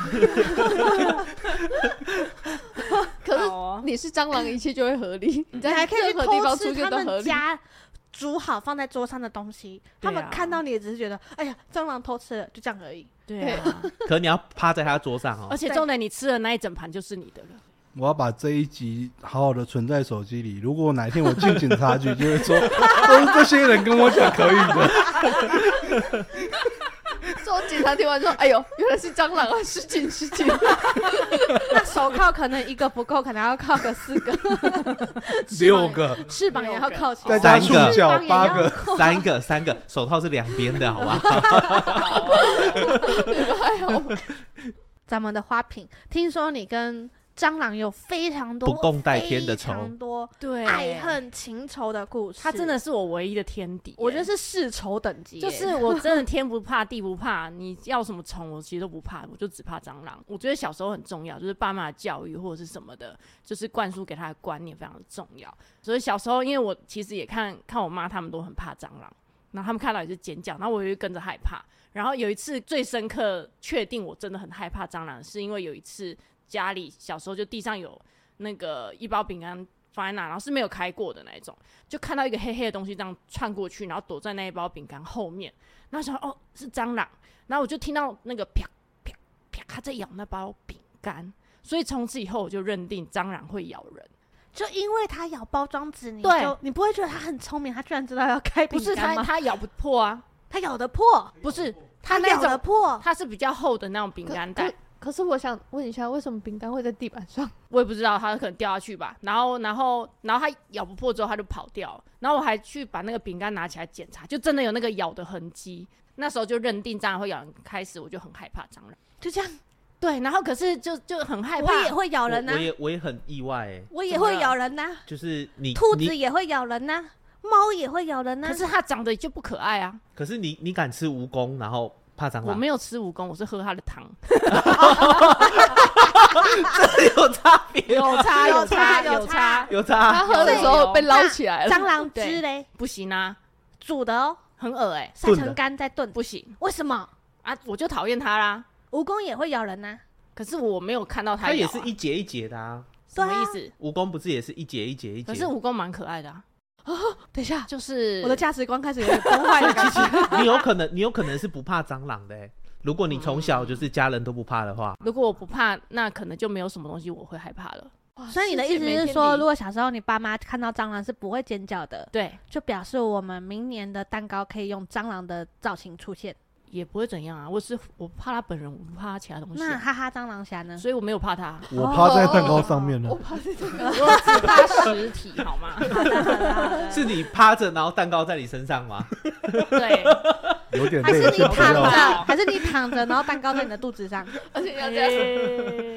S5: 可是
S6: 好哦，
S5: 你是蟑螂，一切就会 合理。你
S2: 你
S5: 在
S2: 还可以
S5: 任
S2: 去
S5: 何地
S2: 偷
S5: 方出
S2: 吃
S5: 现
S2: 他
S5: 都合
S2: 们
S5: 理。
S1: 嗯
S2: 家煮好放在桌上的东西，他
S6: 对
S2: 们
S6: 啊
S2: 看到你也只是觉得，哎呀，蟑螂偷吃了，就这样而已。
S6: 对啊，
S4: 可你要趴在他桌上哦
S6: 而，且重点你吃的那一整盘就是你的了。
S1: 我要把这一集好好的存在手机里。如果哪一天我进警察局，就会说 都是这些人跟我讲可以的。
S5: 之后警察听完说：“哎呦，原来是蟑螂啊， 失敬失 敬。
S2: 那手铐可能一个不够，可能要铐个四 个，
S1: 六个，
S2: 翅膀也要铐起
S1: 再
S2: 来，
S1: 加
S4: 三
S1: 触
S4: 个
S1: 角八个，
S4: 三个三个手套是两边的，好吧？
S5: 还好吗
S2: 咱们的花瓶，听说你跟蟑螂有非常多
S4: 不共戴天的仇
S2: 非常多
S6: 对
S2: 爱，恨情仇的故事。
S6: 他真，的是我唯一的天敌、
S2: 我觉得。是世仇等级耶，
S6: 就是我真的天不怕地不怕，你要什么虫我其实都不怕，我就只怕蟑螂。我觉得小时候很重要，就是爸妈的教育或者是什么的，就是灌输给他的观念非常重要。所以小时候，因为我其实也看看我妈他们都很怕蟑螂，然后他们看到也是尖叫，然后我也跟着害怕。然后有一次最深刻确定我真的很害怕蟑螂，是因为有一次家里小时候就地上有那个一包饼干放在那，然后是没有开过的那一种，就看到一个黑黑的东西这样窜过去，然后躲在那一包饼干后面，然后想哦是蟑螂，然后我就听到那个啪啪啪，它在咬那包饼干，所以从此以后我就认定蟑螂会咬人。
S2: 就因为他咬包装纸，你
S6: 对
S2: 就你不会觉得他很聪明，他居然知道要开
S6: 不
S2: 饼
S6: 是
S2: 干
S6: 它
S2: 吗？
S6: 它咬不破啊，
S2: 他咬得破，
S6: 不是
S2: 它
S6: 那
S2: 咬
S6: 种
S2: 得破，
S6: 它是比较厚的那种饼干袋，
S5: 可是我想问一下，为什么饼干会在地板上？
S6: 我也不知道它可能掉下去吧。然后，然后，然后它咬不破之后，它就跑掉了。然后我还去把那个饼干拿起来检查，就真的有那个咬的痕迹。那时候就认定蟑螂会咬人，开始我就很害怕蟑螂。
S2: 就这样，
S6: 对，然后可是就就很害
S2: 我也
S6: 怕，
S2: 会咬人呐
S4: 我，也我也很意外哎、
S2: 我也会咬人呐，
S4: 就是你
S2: 兔
S4: 你
S2: 子也会咬人呐，猫也会咬人呐啊
S6: 可。是它长得就不可爱啊。
S4: 可是你你敢吃蜈蚣，然后怕蟑
S6: 我
S4: 螂，
S6: 没有吃蜈蚣，我是喝它的汤，
S4: 有差别，哦
S6: 有差
S2: 有
S6: 差
S2: 差有
S6: 差，
S4: 有差
S5: 他喝的时候被捞起来了，
S2: 啊哦蟑螂汁嘞，
S6: 不行啊，
S2: 煮的哦，
S6: 很恶哎、
S2: 晒
S4: 炖
S2: 成
S4: 的
S2: 干再炖。
S6: 不行
S2: 为什么？
S6: 啊，我就讨厌它啦。
S2: 蜈蚣也会咬人啊呐？
S6: 可是我没有看到它、
S4: 它也是一节一节的啊。
S6: 什
S2: 对
S6: 么
S2: 啊
S6: 意思？
S4: 蜈蚣不是也是一节一节一节？
S6: 可是蜈蚣蛮可爱的啊，
S2: 等一下，
S6: 就是
S2: 我的价值观开始有点崩 坏了。
S4: 其实你有可能，你有可能是不怕蟑螂的、欸。如果你从小就是家人都不怕的话，
S6: 如果我不怕，那可能就没有什么东西我会害怕了。
S2: 所以你的意思是说，如果小时候你爸妈看到蟑螂是不会尖叫的，
S6: 对，
S2: 就表示我们明年的蛋糕可以用蟑螂的造型出现。
S6: 也不会怎样啊。我是我怕他本人，我不怕他其他东西
S2: 那
S6: 啊、
S2: 哈哈蟑螂侠呢？
S6: 所以我没有怕他，
S1: 我趴在蛋糕上面 了，
S5: 我
S2: 哦
S5: 怕是这
S6: 我
S5: 个。
S6: 只怕实体，好吗？
S4: 是你趴着，然后蛋糕在你身上吗？
S6: 对，
S1: 有点
S2: 还
S1: 累
S2: 是
S1: 了，
S2: 你
S1: 想不
S2: 躺
S1: 要。
S2: 着，还是你躺着，然后蛋糕在你的肚子上？
S5: 而且要这样，
S6: 哎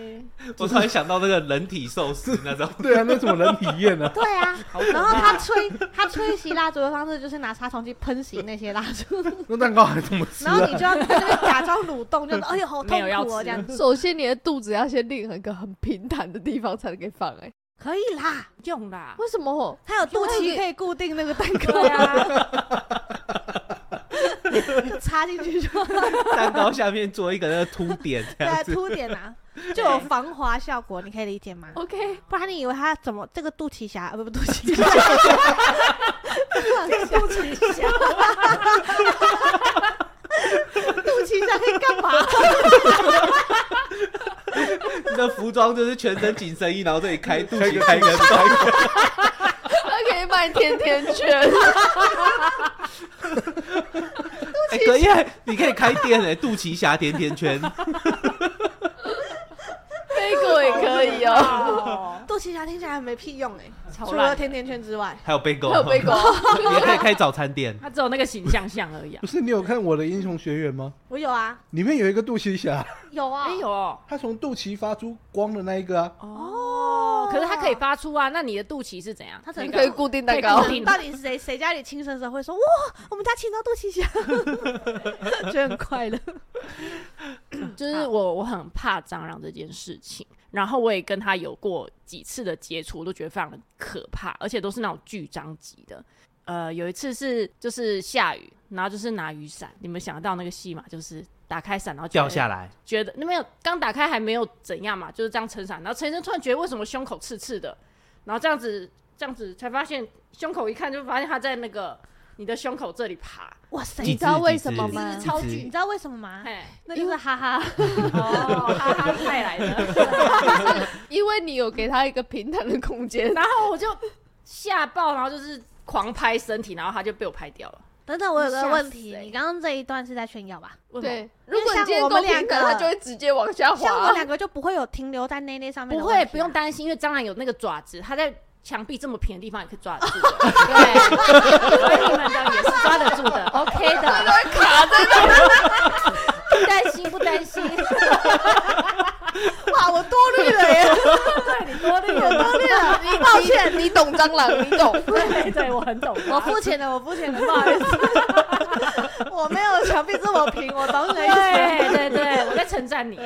S4: 我突然想到那个人体寿司那种，
S1: 对啊，那怎么能体验 呢？
S2: 对啊，
S6: 好可怕
S2: 然后他吹他吹熄蜡烛的方式就是拿杀虫剂喷熄那些蜡烛，
S1: 那蛋糕还怎么吃
S2: 然后
S1: 啊？
S2: 你就要在那边假装蠕动，就是哎呦好
S6: 没
S2: 痛
S6: 有要
S2: 苦哦
S6: 吃
S2: 这样子，
S5: 首先你的肚子要先另一个很平坦的地方才能给放哎、
S2: 可以啦，
S6: 用啦，
S5: 为什 么？
S2: 它有肚
S5: 有
S2: 脐
S5: 一个
S2: 可以固定那个蛋
S6: 对
S2: 糕，
S6: 啊，
S2: 就 插进去就
S4: 蛋糕下面做一个那个凸点这样
S2: 对
S4: 子。
S2: 凸点啊，就有防滑效果，你可以理解吗？
S5: OK，
S2: 哦不然你以为他怎么这个肚脐 侠？呃，不不，肚脐侠，肚脐侠， 肚脐侠可以干嘛？
S4: 你的服装就是全身紧身衣，然后这里开肚
S1: 开
S4: 脐
S1: 个
S4: 开个开个，
S5: 他可以卖甜甜圈，
S4: 哎，可以啊，你可以开店哎，肚脐侠甜甜圈，
S5: 贝果也可以哦、
S6: 哦，
S2: 肚脐侠听起来很没屁用哎、
S6: 超
S2: 除了
S6: 烂
S2: 甜
S6: 的，
S2: 甜圈之外，
S4: 还有贝果，
S5: 还有贝果，
S4: 你也可以开早餐店。
S6: 他只有那个形象像而已啊
S1: 不。是你有看我的英雄学院吗？
S2: 我有啊，
S1: 里面有一个肚脐侠，
S2: 有啊，
S6: 哎呦 哦，
S1: 他从肚脐发出光的那一个啊，
S2: 哦
S6: 可是它可以发出啊，那你的肚脐是怎样？
S2: 它只能
S6: 那
S5: 可
S6: 个
S5: 以固定蛋
S6: 可以
S5: 糕
S6: 固。定
S2: 到底是谁谁家里亲生的时候会说哇，我们家请到肚脐侠， 觉得很快乐。
S6: 就是我我很怕蟑螂这件事情，然后我也跟他有过几次的接触，我都觉得非常的可怕，而且都是那种巨蟑级的。呃，有一次是就是下雨，然后就是拿雨伞，你们想得到那个戏嘛？就是打开伞然后
S4: 掉下
S6: 来，
S4: 来，
S6: 觉得那没有刚打开还没有怎样嘛，就是这样撑伞，然后陈医生突然觉得为什么胸口刺刺的，然后这样子这样子才发现胸口一看就发现他在那个你的胸口这里爬，
S2: 哇塞，
S4: 几
S5: 你
S2: 你
S5: 知道
S4: 只
S5: 为
S4: 几
S5: 什
S4: 只
S5: 么
S4: 几
S5: 吗
S4: 只
S6: 超
S2: 知道为什么吗？
S6: 嘿，
S2: 那就是哈哈，
S6: 啊哦，哈哈派来 的。
S5: 因为你有给他一个平坦的空间，
S6: 然后我就吓爆，然后就是狂拍身体，然后他就被我拍掉了。
S2: 等等，我有个
S6: 吓
S2: 问
S6: 死
S2: 题，
S6: 欸
S2: 你刚刚这一段是在炫耀吧？
S6: 为什么，
S5: 对。如果你
S2: 像
S5: 今天
S2: 我
S5: 够
S2: 们
S5: 平
S2: 两
S5: 坦，
S2: 个
S5: 它就会直接往下
S2: 像我
S5: 滑。
S2: 两个就不会有停留在内内上面的
S6: 不
S2: 问题
S6: 会
S2: 啊，
S6: 不用担心，因为蟑螂有那个爪子，它在墙壁这么平的地方也可以抓得住的。对，所以你们的也是抓得住的，OK 的，
S5: 卡在
S6: 不担心不担心。
S2: 哇，我多虑了耶，
S6: 对你多虑
S2: 我
S6: 了，
S2: 多虑了，
S5: 你 抱歉，你懂蟑螂，你懂。
S6: 对 对， 我很懂。
S2: 我付钱的，我付钱的，不好意思， 我没有墙壁这么平，我 懂你的意思，
S6: 对对对，我在称赞你。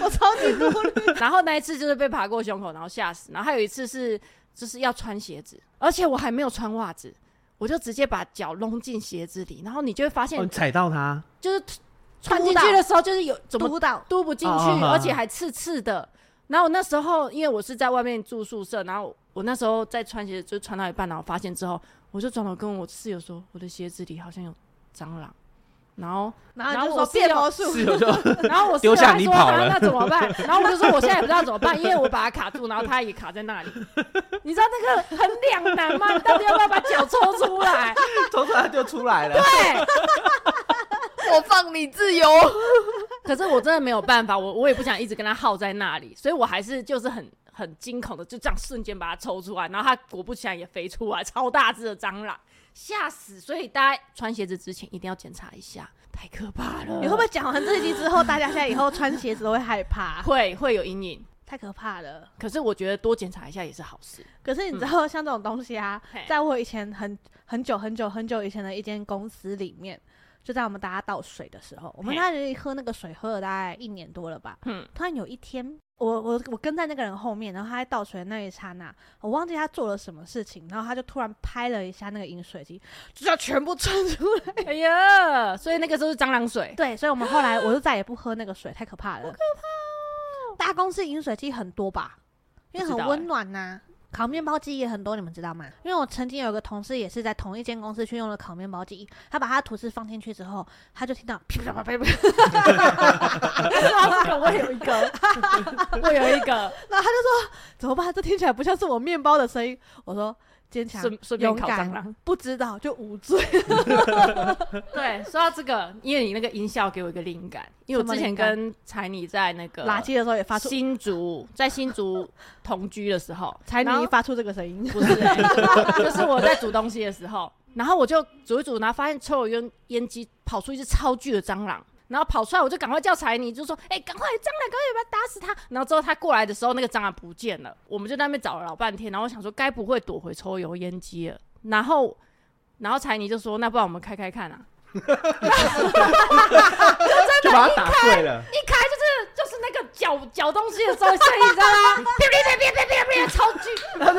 S2: 我超级多虑。
S6: 然后那一次就是被爬过胸口，然后吓死。然后还有一次是就是要穿鞋子，而且我还没有穿袜子，我就直接把脚弄进鞋子里，然后你就会发现
S4: 哦，你踩到它，
S6: 就是穿进去的时候，就是有怎么
S2: 督导，
S6: 嘟不进去，
S4: 啊啊啊
S6: 而且还刺刺的。然后那时候因为我是在外面住宿舍，然后我那时候在穿鞋子，就穿到一半，然后发现之后，我就转头跟我室友说，我的鞋子里好像有蟑螂。然后，
S2: 然后
S6: 然后
S2: 啊你就
S6: 我
S2: 说
S6: 室
S2: 变
S6: 友
S2: 魔术，
S4: 室友就
S6: 然后我室
S4: 丢
S6: 友
S4: 下
S6: 还
S4: 你
S6: 说：“
S4: 跑
S6: 啊
S4: 了
S6: 那怎么 办？”然后我就说：“我现在也不知道怎么办，因为我把它卡住，然后它也卡在那里。你知道那个很两难吗？你到底要不要把脚抽出来？哎
S4: 从它就出来了。
S6: 对，
S3: 我放你自由。
S6: 可是我真的没有办法，我我也不想一直跟他耗在那里，所以我还是就是很很惊恐的，就这样瞬间把它抽出来，然后它果不其然也飞出来，超大只的蟑螂，吓死！所以大家穿鞋子之前一定要检查一下，太可怕了。
S2: 你会不会讲完这一集之后，大家现在以后穿鞋子都会害怕？
S6: 会会有阴影？
S2: 太可怕了。
S6: 可是我觉得多检查一下也是好事。
S2: 可是你知道，像这种东西啊，
S6: 嗯嘿
S2: 在我以前很很久很久很久以前的一间公司里面，就在我们大家倒水的时候，我们
S6: 嘿
S2: 那里喝那个水喝了大概一年多了吧。
S6: 嗯
S2: 突然有一天，我我我跟在那个人后面，然后他在倒水的那一刹那，我忘记他做了什么事情，然后他就突然拍了一下那个饮水机，就这样全部冲出来。
S6: 哎呀，所以那个时候是蟑螂水，
S2: 对，所以我们后来我就再也不喝那个水，太可怕了。可怕哦！大公司饮水机很多吧？因为
S6: 不知
S2: 很
S6: 道欸
S2: 温暖呐、烤面包机也很多，你们知道吗？因为我曾经有一个同事也是在同一间公司去用了烤面包机，他把他的吐司放进去之后，他就听 到噼啪啪啪啪，
S6: 这个我有一个， 我有一个，
S2: 然后他就说怎么办？这听起来不像是我面包的声音。我说坚强
S6: 顺顺便
S2: 勇
S6: 烤蟑
S2: 敢，
S6: 螂。
S2: 不知道就无罪。
S6: 对，说到这个，因为你那个音效给我一个灵感，因为我
S2: 什么
S6: 之前
S2: 灵感
S6: 跟彩妮在那个
S2: 垃圾的时候嗯也发出，
S6: 新竹，在新竹同居的 时候，
S2: 才
S6: 然
S2: 你
S6: 后
S2: 发出这个声音，
S6: 不是、欸，就是我在煮东西的时候，然后我就煮一煮，然后发现抽油烟烟机跑出一只超巨的蟑螂。然后跑出来，我就赶快叫彩妮，就说：“哎、赶快蟑螂，赶快把它打死它！”然后之后他过来的时候，那个蟑螂不见了，我们就在那边找了老半天。然后我想说，该不会躲回抽油烟机了？然后，然后彩妮就说：“那不然我们开开看啊。”
S4: 就把它打碎了。
S6: 一开就是就是那个搅搅东西的时候声音，你知道吗？ 哔哔哔哔哔哔哔，超巨，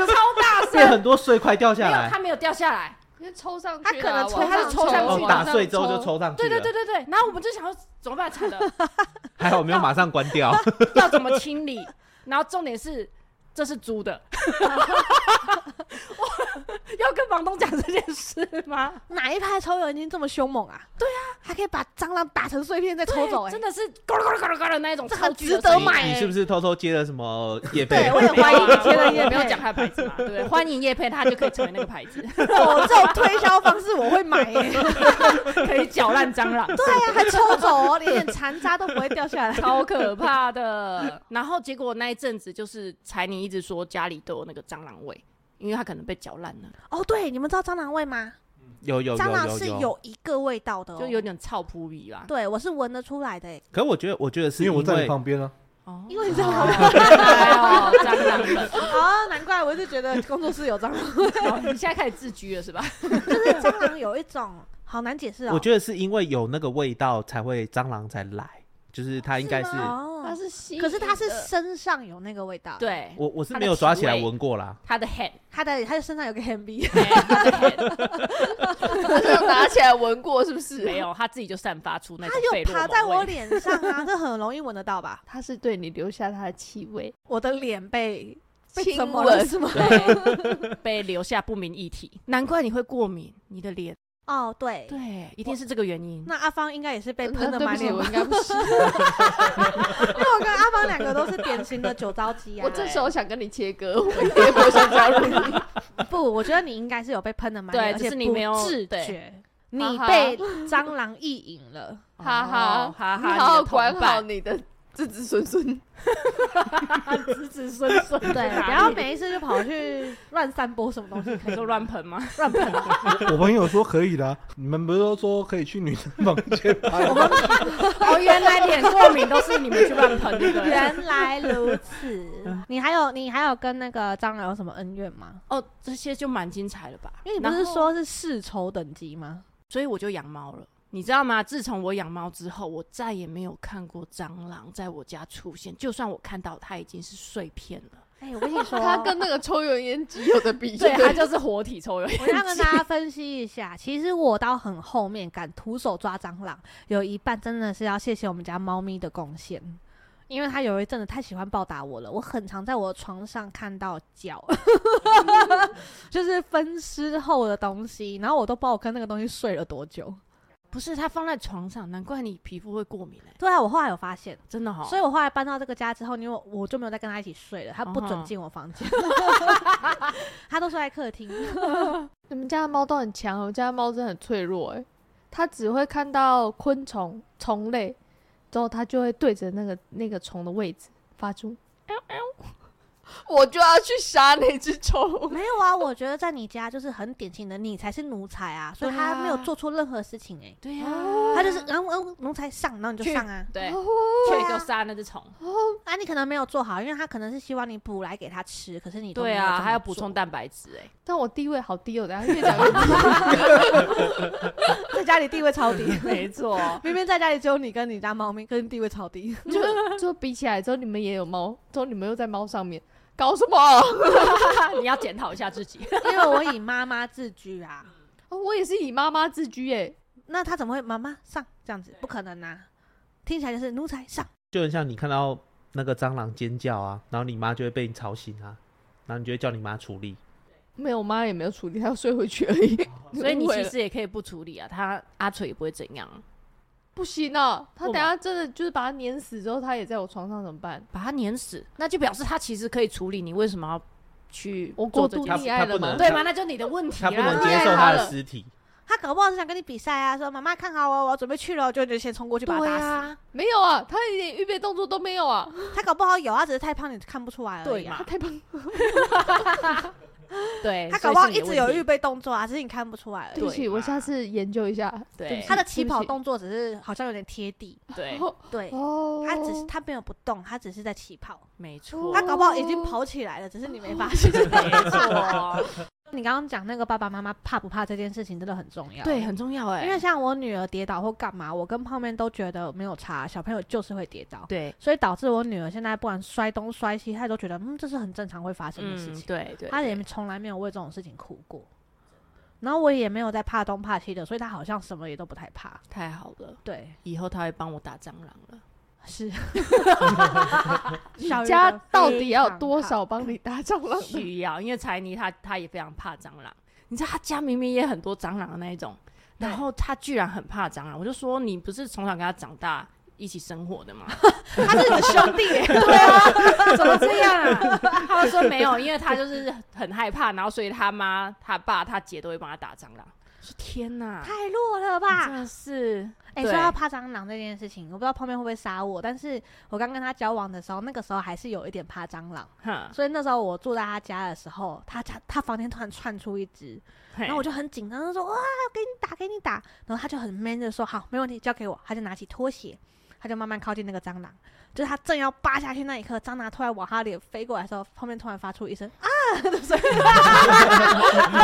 S6: 超大
S4: 被
S6: 声。
S4: 很多碎块掉
S6: 没
S4: 下
S6: 有，它
S4: 来，
S6: 没有掉下来。
S5: 因为抽上
S2: 他
S5: 去啦，
S2: 可能抽
S5: 往
S6: 他是
S5: 上
S6: 抽上
S5: 往
S6: 去
S4: 哦，
S6: 的
S4: 打
S5: 上
S4: 碎之后就抽上去
S6: 对
S4: 了。
S6: 对对对对。然后我们就想说怎么办？惨了，
S4: 还好没有马上关掉。
S6: 要怎么清理？然后重点是这是租的， 我要跟房东讲这件事吗？
S2: 哪一派抽油已经这么凶猛啊？对啊，还可以把蟑螂打成碎片再抽
S6: 对
S2: 走、欸，
S6: 真的是咕噜咕噜咕噜咕噜那一种，
S2: 这
S6: 超
S2: 很
S6: 巨的
S2: 值得
S6: 声
S4: 你
S6: 音
S2: 买欸
S4: 你是不是偷偷接了什么夜配
S2: 对？我也怀 疑你接了业
S6: 也
S2: 配
S6: 不用讲他的牌子嘛，对不对？欢迎叶配，他就可以成为那个牌子，
S2: 哦，这种推销方式我会买欸耶、
S6: 可以搅烂蟑螂。
S2: 对呀、还抽走哦，连点残渣都不会掉下来。
S6: 超可怕的。然后结果那一阵子就是彩妮一直说家里都有那个蟑螂味，因为她可能被嚼烂了，
S2: 哦，对，你们知道蟑螂味吗？
S4: 有有有
S2: 蟑螂
S4: 有
S2: 是
S4: 有。
S2: 有一个味道的、哦，
S6: 就有点臭扑鼻啦。
S2: 对我是闻得出来的耶、
S4: 可我觉得，我觉得是
S1: 因为我在
S4: 为
S1: 你旁边啊，
S6: 哦，
S2: 因为你知道吗？
S6: 哎呦蟑螂了
S2: 哦，难怪我就觉得工作室有蟑螂，
S6: 哦，你现在开始自居了是 吧？
S2: 就是 蟑螂有一种好难解释哦。
S4: 我觉得是因为有那个味道才会蟑螂才来，就是它应该是
S2: 得
S5: 它
S2: 哦，
S5: 是吸引的，
S2: 可是它是身上有那个味道，，
S6: 对，
S4: 我我是
S6: 它的
S4: 没有抓
S6: 体
S4: 起来
S6: 味
S4: 闻过啦。
S6: 她的 head，
S2: 它的它的身上有个 MV，
S6: 哎她的 head
S5: 他这样拿起来闻过是不是？
S6: 没，有，她自己就散发出那
S2: 它
S6: 种费
S2: 就
S6: 洛
S2: 爬在
S6: 蒙
S2: 我
S6: 味。
S2: 脸上啊，这很容易闻得到吧？
S5: 他是对你留下他的气味，
S2: 我的脸被被
S5: 亲
S2: 怎么了
S5: 吻
S2: 是吗？
S6: 对，被留下不明液体，难怪你会过敏，你的脸，
S2: 哦，对，
S6: 对，一定是这个原因。
S2: 那阿芳应该也是被喷的
S5: 对不
S2: 满
S5: 起，
S2: 脸
S5: 我应该不行。
S2: 因为我跟阿芳两个都是典型的酒糟鸡啊。
S5: 我这时候想跟你切割，我一点也没有想加入你。
S2: 不，我觉得你应该是有被喷的蛮
S6: 对
S2: 脸，而
S6: 只
S2: 且
S6: 是你
S2: 不
S6: 没有
S2: 自
S6: 对
S2: 觉，你
S5: 哈哈
S2: 被蟑螂意淫了。
S5: 哈哈
S6: 哦哈
S5: 你
S6: 哈，
S5: 好好
S6: 你的同
S5: 管好
S6: 伴
S5: 你的子子孙孙。
S6: 子子孙孙，
S2: 对，不要每一次就跑去乱散播什么东西，
S6: 你说乱喷吗？
S2: 乱喷。
S1: 我朋友说可以的啊、你们不是都说可以去女生房间 拍吗？
S6: 哦，原来脸过敏都是你们去乱喷，对不啊对？
S2: 原来如此。你还有你还有跟那个蟑螂有什么恩怨吗？
S6: 哦，这些就蛮精彩了吧？
S2: 因为你不是
S6: 然后，
S2: 说是世仇等级吗？
S6: 所以我就养猫了。你知道吗？自从我养猫之后，我再也没有看过蟑螂在我家出现。就算我看到，它已经是碎片了。
S2: 哎、我跟你说，
S5: 他跟那个抽油烟机有的比，
S6: 对，它就是活体抽油烟
S2: 我要跟大家分析一下，其实我到很后面敢徒手抓蟑螂，有一半真的是要谢谢我们家猫咪的贡献，因为它有一阵子太喜欢暴打我了，我很常在我的床上看到脚， 就是分尸后的东西，然后我都不知道我跟那个东西睡了多久。
S6: 不是它放在床上，难怪你皮肤会过敏哎、
S2: 对啊，我后来有发现，
S6: 真的哈、
S2: 所以我后来搬到这个家之后，因为我就没有再跟他一起睡了，他不
S6: 嗯
S2: 准
S6: 哼
S2: 进我房间， 他都睡在客厅。
S5: 你们家的猫都很强，我们家的猫真的很脆弱哎、他只会看到昆虫虫类，之后他就会对着那个那个虫的位置发出。
S3: 我就要去杀那只 虫。
S2: 没有啊，我觉得在你家就是很典型的，你才是奴才啊，所以
S6: 对
S2: 他没有
S6: 啊
S2: 做错任何事情哎、
S6: 对呀、
S2: 他就是，然后然后奴才上，然后你就
S6: 去
S2: 上啊。
S6: 对，
S2: 对
S6: 去
S2: 啊
S6: 就杀那只虫。
S2: 啊，你可能没有做好，因为他可能是希望你补来给他吃，可是你都
S6: 对
S2: 没有这
S6: 啊，
S2: 么
S6: 还要补
S2: 做
S6: 充，蛋白质哎、
S5: 但我地位好低哦，等下越讲越低。
S2: 在家里地位超 低。
S6: 没错，
S2: 明明在家里只有你跟你家猫咪，跟地位超 低。
S5: 就就比起来之后，你们也有猫，之后你们又在猫上面搞什么、哦
S6: 你要检讨一下自己。
S2: 因为我以妈妈自居啊，
S5: 哦我也是以妈妈自居欸诶、
S2: 那他怎么会妈妈上这样子？不可能啊！听起来就是奴才上。
S4: 就很像你看到那个蟑螂尖叫啊，然后你妈就会被你吵醒啊，然后你就会叫你妈处理。
S5: 没有，我妈也没有处理，她要睡回去而已。
S6: 哦所以你
S5: 误会
S6: 其
S5: 了
S6: 实也可以不处理啊，他阿锤也不会怎样，啊
S5: 不行啊，她
S6: 为
S5: 等
S6: 什么
S5: 下真的就是把它碾死之后，她也在我床上怎么办？
S6: 把他碾死，那就表示他其实可以处理，你为什么要去
S5: 我
S6: 做
S5: 过
S6: 这
S5: 度
S6: 件事？
S5: 溺爱
S4: 他
S5: 了
S4: 不
S5: 吗
S4: 能？
S6: 对吗？那就你的问题啊
S4: 她不能
S6: 啦。
S4: 接受她的尸体，
S2: 他搞不好是想跟你比赛啊，说妈妈看好我，我要准备去了，就就先冲过去把他
S6: 对
S2: 打死。
S6: 啊，
S5: 没有啊，她一点预备动作都没有啊。
S2: 他搞不好有，他只是太胖，你看不出来而
S6: 对
S2: 已啊。
S6: 嘛
S5: 她？太胖，
S6: 对，
S2: 他搞不好
S6: 欸所以
S2: 一
S6: 是
S2: 直
S6: 你的
S2: 有
S6: 问题
S2: 预备动作啊，只是你看不出来而
S5: 对
S2: 已。
S5: 不起，
S6: 嘛
S5: 我下次研究一下。
S6: 对
S5: 不起
S2: 他的
S5: 对
S2: 起
S5: 不
S2: 跑
S5: 起
S2: 动作只是好像有点贴地，
S6: 对，
S5: 哦
S2: 对，
S5: 哦，
S2: 他只是他没有不动，他只是在起跑，
S6: 没错，
S2: 他搞不好已经跑起来了，只是你没发现。
S6: 没错，
S2: 你刚刚讲那个爸爸妈妈怕不怕这件事情真的很重要，
S6: 对，很重要哎，
S2: 因为像我女儿跌倒或干嘛，我跟泡面都觉得没有差，小朋友就是会跌倒，
S6: 对，
S2: 所以导致我女儿现在不管摔东摔西，她都觉得嗯这是很正常会发生的事
S6: 嗯，
S2: 情，
S6: 对对，
S2: 她
S6: 对
S2: 也从来没有为这种事情哭过。然后我也没有在怕东怕西的，所以她好像什么也都不太怕。
S6: 太好了，
S2: 对，
S6: 以后他会帮我打蟑螂了。
S2: 是。
S5: 你
S2: 小于
S5: 家
S2: 的
S5: 到
S2: 非
S5: 底要
S2: 常
S5: 多
S2: 怕
S5: 少帮你打蟑螂？
S6: 需要，因为柴尼他他也非常怕蟑螂，你知道他家明明也很多蟑螂的那一种，
S2: 对
S6: 然后他居然很怕蟑螂，我就说你不是从小跟他长大一起生 活的吗？
S2: 他是你的兄弟耶，
S6: 对啊，怎么这样啊？他就说没有，因为他就是很害怕，然后所以他妈、他爸、他姐都会帮他打蟑螂。我说天哪，
S2: 太弱了
S6: 你
S2: 吧
S6: 真？的是
S2: 哎、
S6: 对
S2: 说到怕蟑螂这件事情，我不知道泡面会不会杀我，但是我刚跟他交往的时候，那个时候还是有一点怕蟑螂，
S6: 哼，
S2: 所以那时候我住在他家的时候，他家他房间突然窜出一只，
S6: 然
S2: 然后我就很紧张，就说哇，给你打，给你打，然后他就很 man 的说好，没问题，交给我，他就拿起拖鞋。他就慢慢靠近那个蟑螂，就是他正要扒下去那一刻，蟑螂突然往他脸飞过来的时候，泡面突然发出一声啊的声音，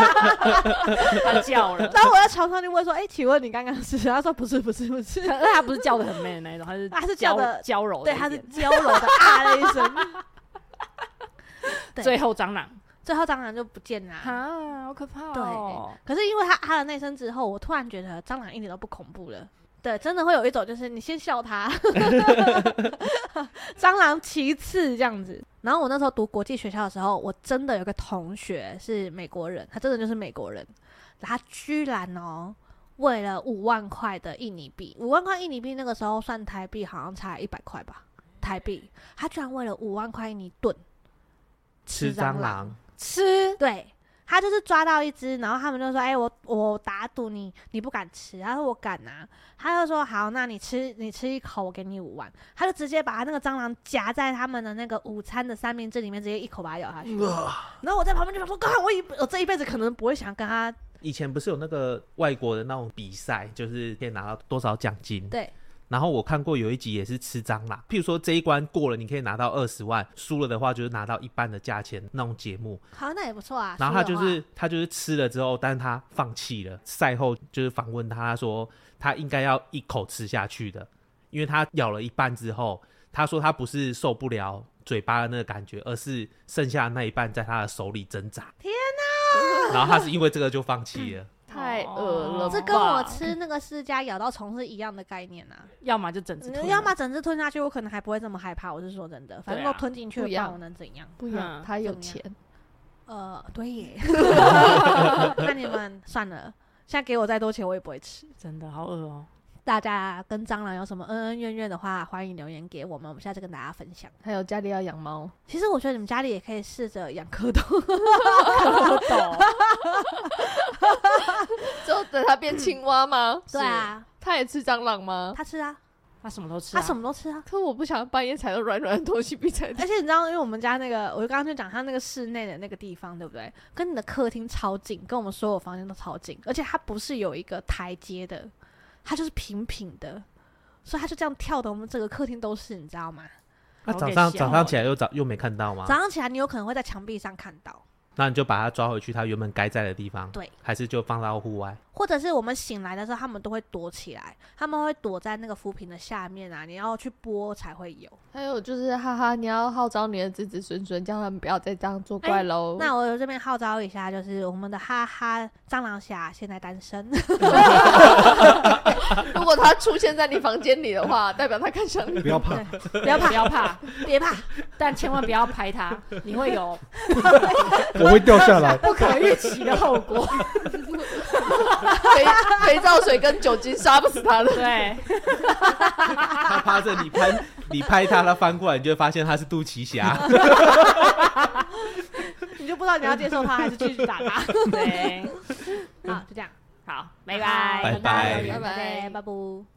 S6: 他 叫了。
S2: 然后我在床上就问说：“哎、请问你刚刚是？”他说：“不是，不是，不是。”
S6: 可是他不是叫的很 man 的那一种，他是
S2: 他是叫
S6: 娇
S2: 得
S6: 娇柔的
S2: 对，
S6: 一点，
S2: 它是娇柔的 啊了一声， 对
S6: 最后蟑螂，
S2: 最后蟑螂就不见啦。
S6: 啊，好可怕
S2: 对
S6: 哦！
S2: 可是因为它啊了那声之后，我突然觉得蟑螂一点都不恐怖了。对，真的会有一种就是你先笑它，蟑螂其次这样子。然后我那时候读国际学校的时候，我真的有个同学是美国人，他真的就是美国人，他居然哦。为了五万块的印尼币，五万块印尼币那个时候算台币，好像才一百块吧，台币。他居然为了五万块印尼盾
S4: 吃蟑螂，
S2: 吃，对。他就是抓到一只，然后他们就说：“哎、我我打赌你你不敢吃。”他说：“我敢啊。”他就说：“好，那你吃你吃一口，我给你五万。”他就直接把他那个蟑螂夹在他们的那个午餐的三明治里面，直接一口把它咬下去。
S1: 嗯啊
S2: 然后我在旁边就想说：“刚我一我这一辈子可能不会想跟他
S4: 以前不是有那个外国的那种比赛，就是可以拿到多少奖金？
S2: 对。
S4: 然后我看过有一集也是吃蟑螂，譬如说这一关过了，你可以拿到二十万，输了的话就是拿到一半的价钱那种节目。
S2: 好，那也不错啊。”
S4: 然后他就
S2: 输的
S4: 是他就是吃了之后，但是他放弃了。赛后就是访问他，他说他应该要一口吃下去的，因为他咬了一半之后，他说他不是受不了嘴巴的那个感觉，而是剩下的那一半在他的手里挣扎。
S2: 天
S4: 哪！然后他是因为这个就放弃了。
S5: 太恶了
S2: 话
S5: 吧，
S2: 哦这跟我吃那个释迦咬到虫是一样的概念啊。
S6: 要么就整只
S2: 你
S6: 兔，
S2: 要么整只吞下去，我可能还不会这么害怕。我是说真的，反正
S6: 对啊
S2: 都吞进去了，
S5: 不
S2: 不
S5: 一样
S2: 然我能怎样？
S5: 不一样，
S6: 嗯
S5: 她有
S2: 怎么样
S5: 钱。
S2: 呃，对 耶。那你们算了，现在给我再多钱，我也不会吃。
S6: 真的好恶哦。
S2: 大家跟蟑螂有什么恩恩怨怨的话，欢迎留言给我们，我们下次跟大家分享。
S5: 还有家里要养猫，
S2: 其实我觉得你们家里也可以试着养蝌蚪，
S6: 蝌蚪，
S5: 之后等它变青蛙吗？
S2: 对啊，
S5: 它也吃蟑螂吗？
S2: 它吃啊，
S6: 它什么都吃、
S2: 它
S6: 啊，
S2: 什么都吃啊。
S5: 可我不想半夜踩到软软的东西比踩到
S2: 而且你知道，因为我们家那个，我就刚刚就讲它那个室内的那个地方，对不对？跟你的客厅超近，跟我们所有房间都超近，而且它不是有一个台阶的，它就是平平的，所以它就这样跳的，我们整个客厅都是，你知道吗？
S4: 那
S6: 我
S4: 早
S6: 给
S4: 上
S2: 哦
S6: 吓
S4: 早上
S6: 了
S4: 起来又早又没看到吗？
S2: 早上起来你有可能会在墙壁上看到，
S4: 那你就把它抓回去，它原本该在的地方。
S2: 对，
S4: 还是就放到户外。
S2: 或者是我们醒来的时候，他们都会躲起来，他们会躲在那个浮萍的下面啊，你要去拨才会有。
S5: 还有就是，哈哈，你要号召你的子子孙孙，叫他们不要再这样作怪喽、
S2: 哎
S6: 哦
S2: 那我这边号召一下，就是我们的哈哈蟑螂侠现在单身，
S5: 如果它出现在你房间里的 话，代表它看上你。
S1: 不要怕，
S6: 不要怕，不要怕，
S2: 别怕，
S6: 但千万不要拍它，你会 有
S1: 我会掉下来。
S6: 不可预期的后果。
S5: 肥肥皂水跟酒精杀不死它的。
S6: 对，
S4: 它趴着，你拍你拍它，它翻过来，你就会发现它是肚脐侠。
S2: 你就不知道你要接受他还是继续打他。
S6: 对，
S2: 好，就这样，
S6: 好，拜拜，
S4: 拜拜
S2: 拜拜，拜拜。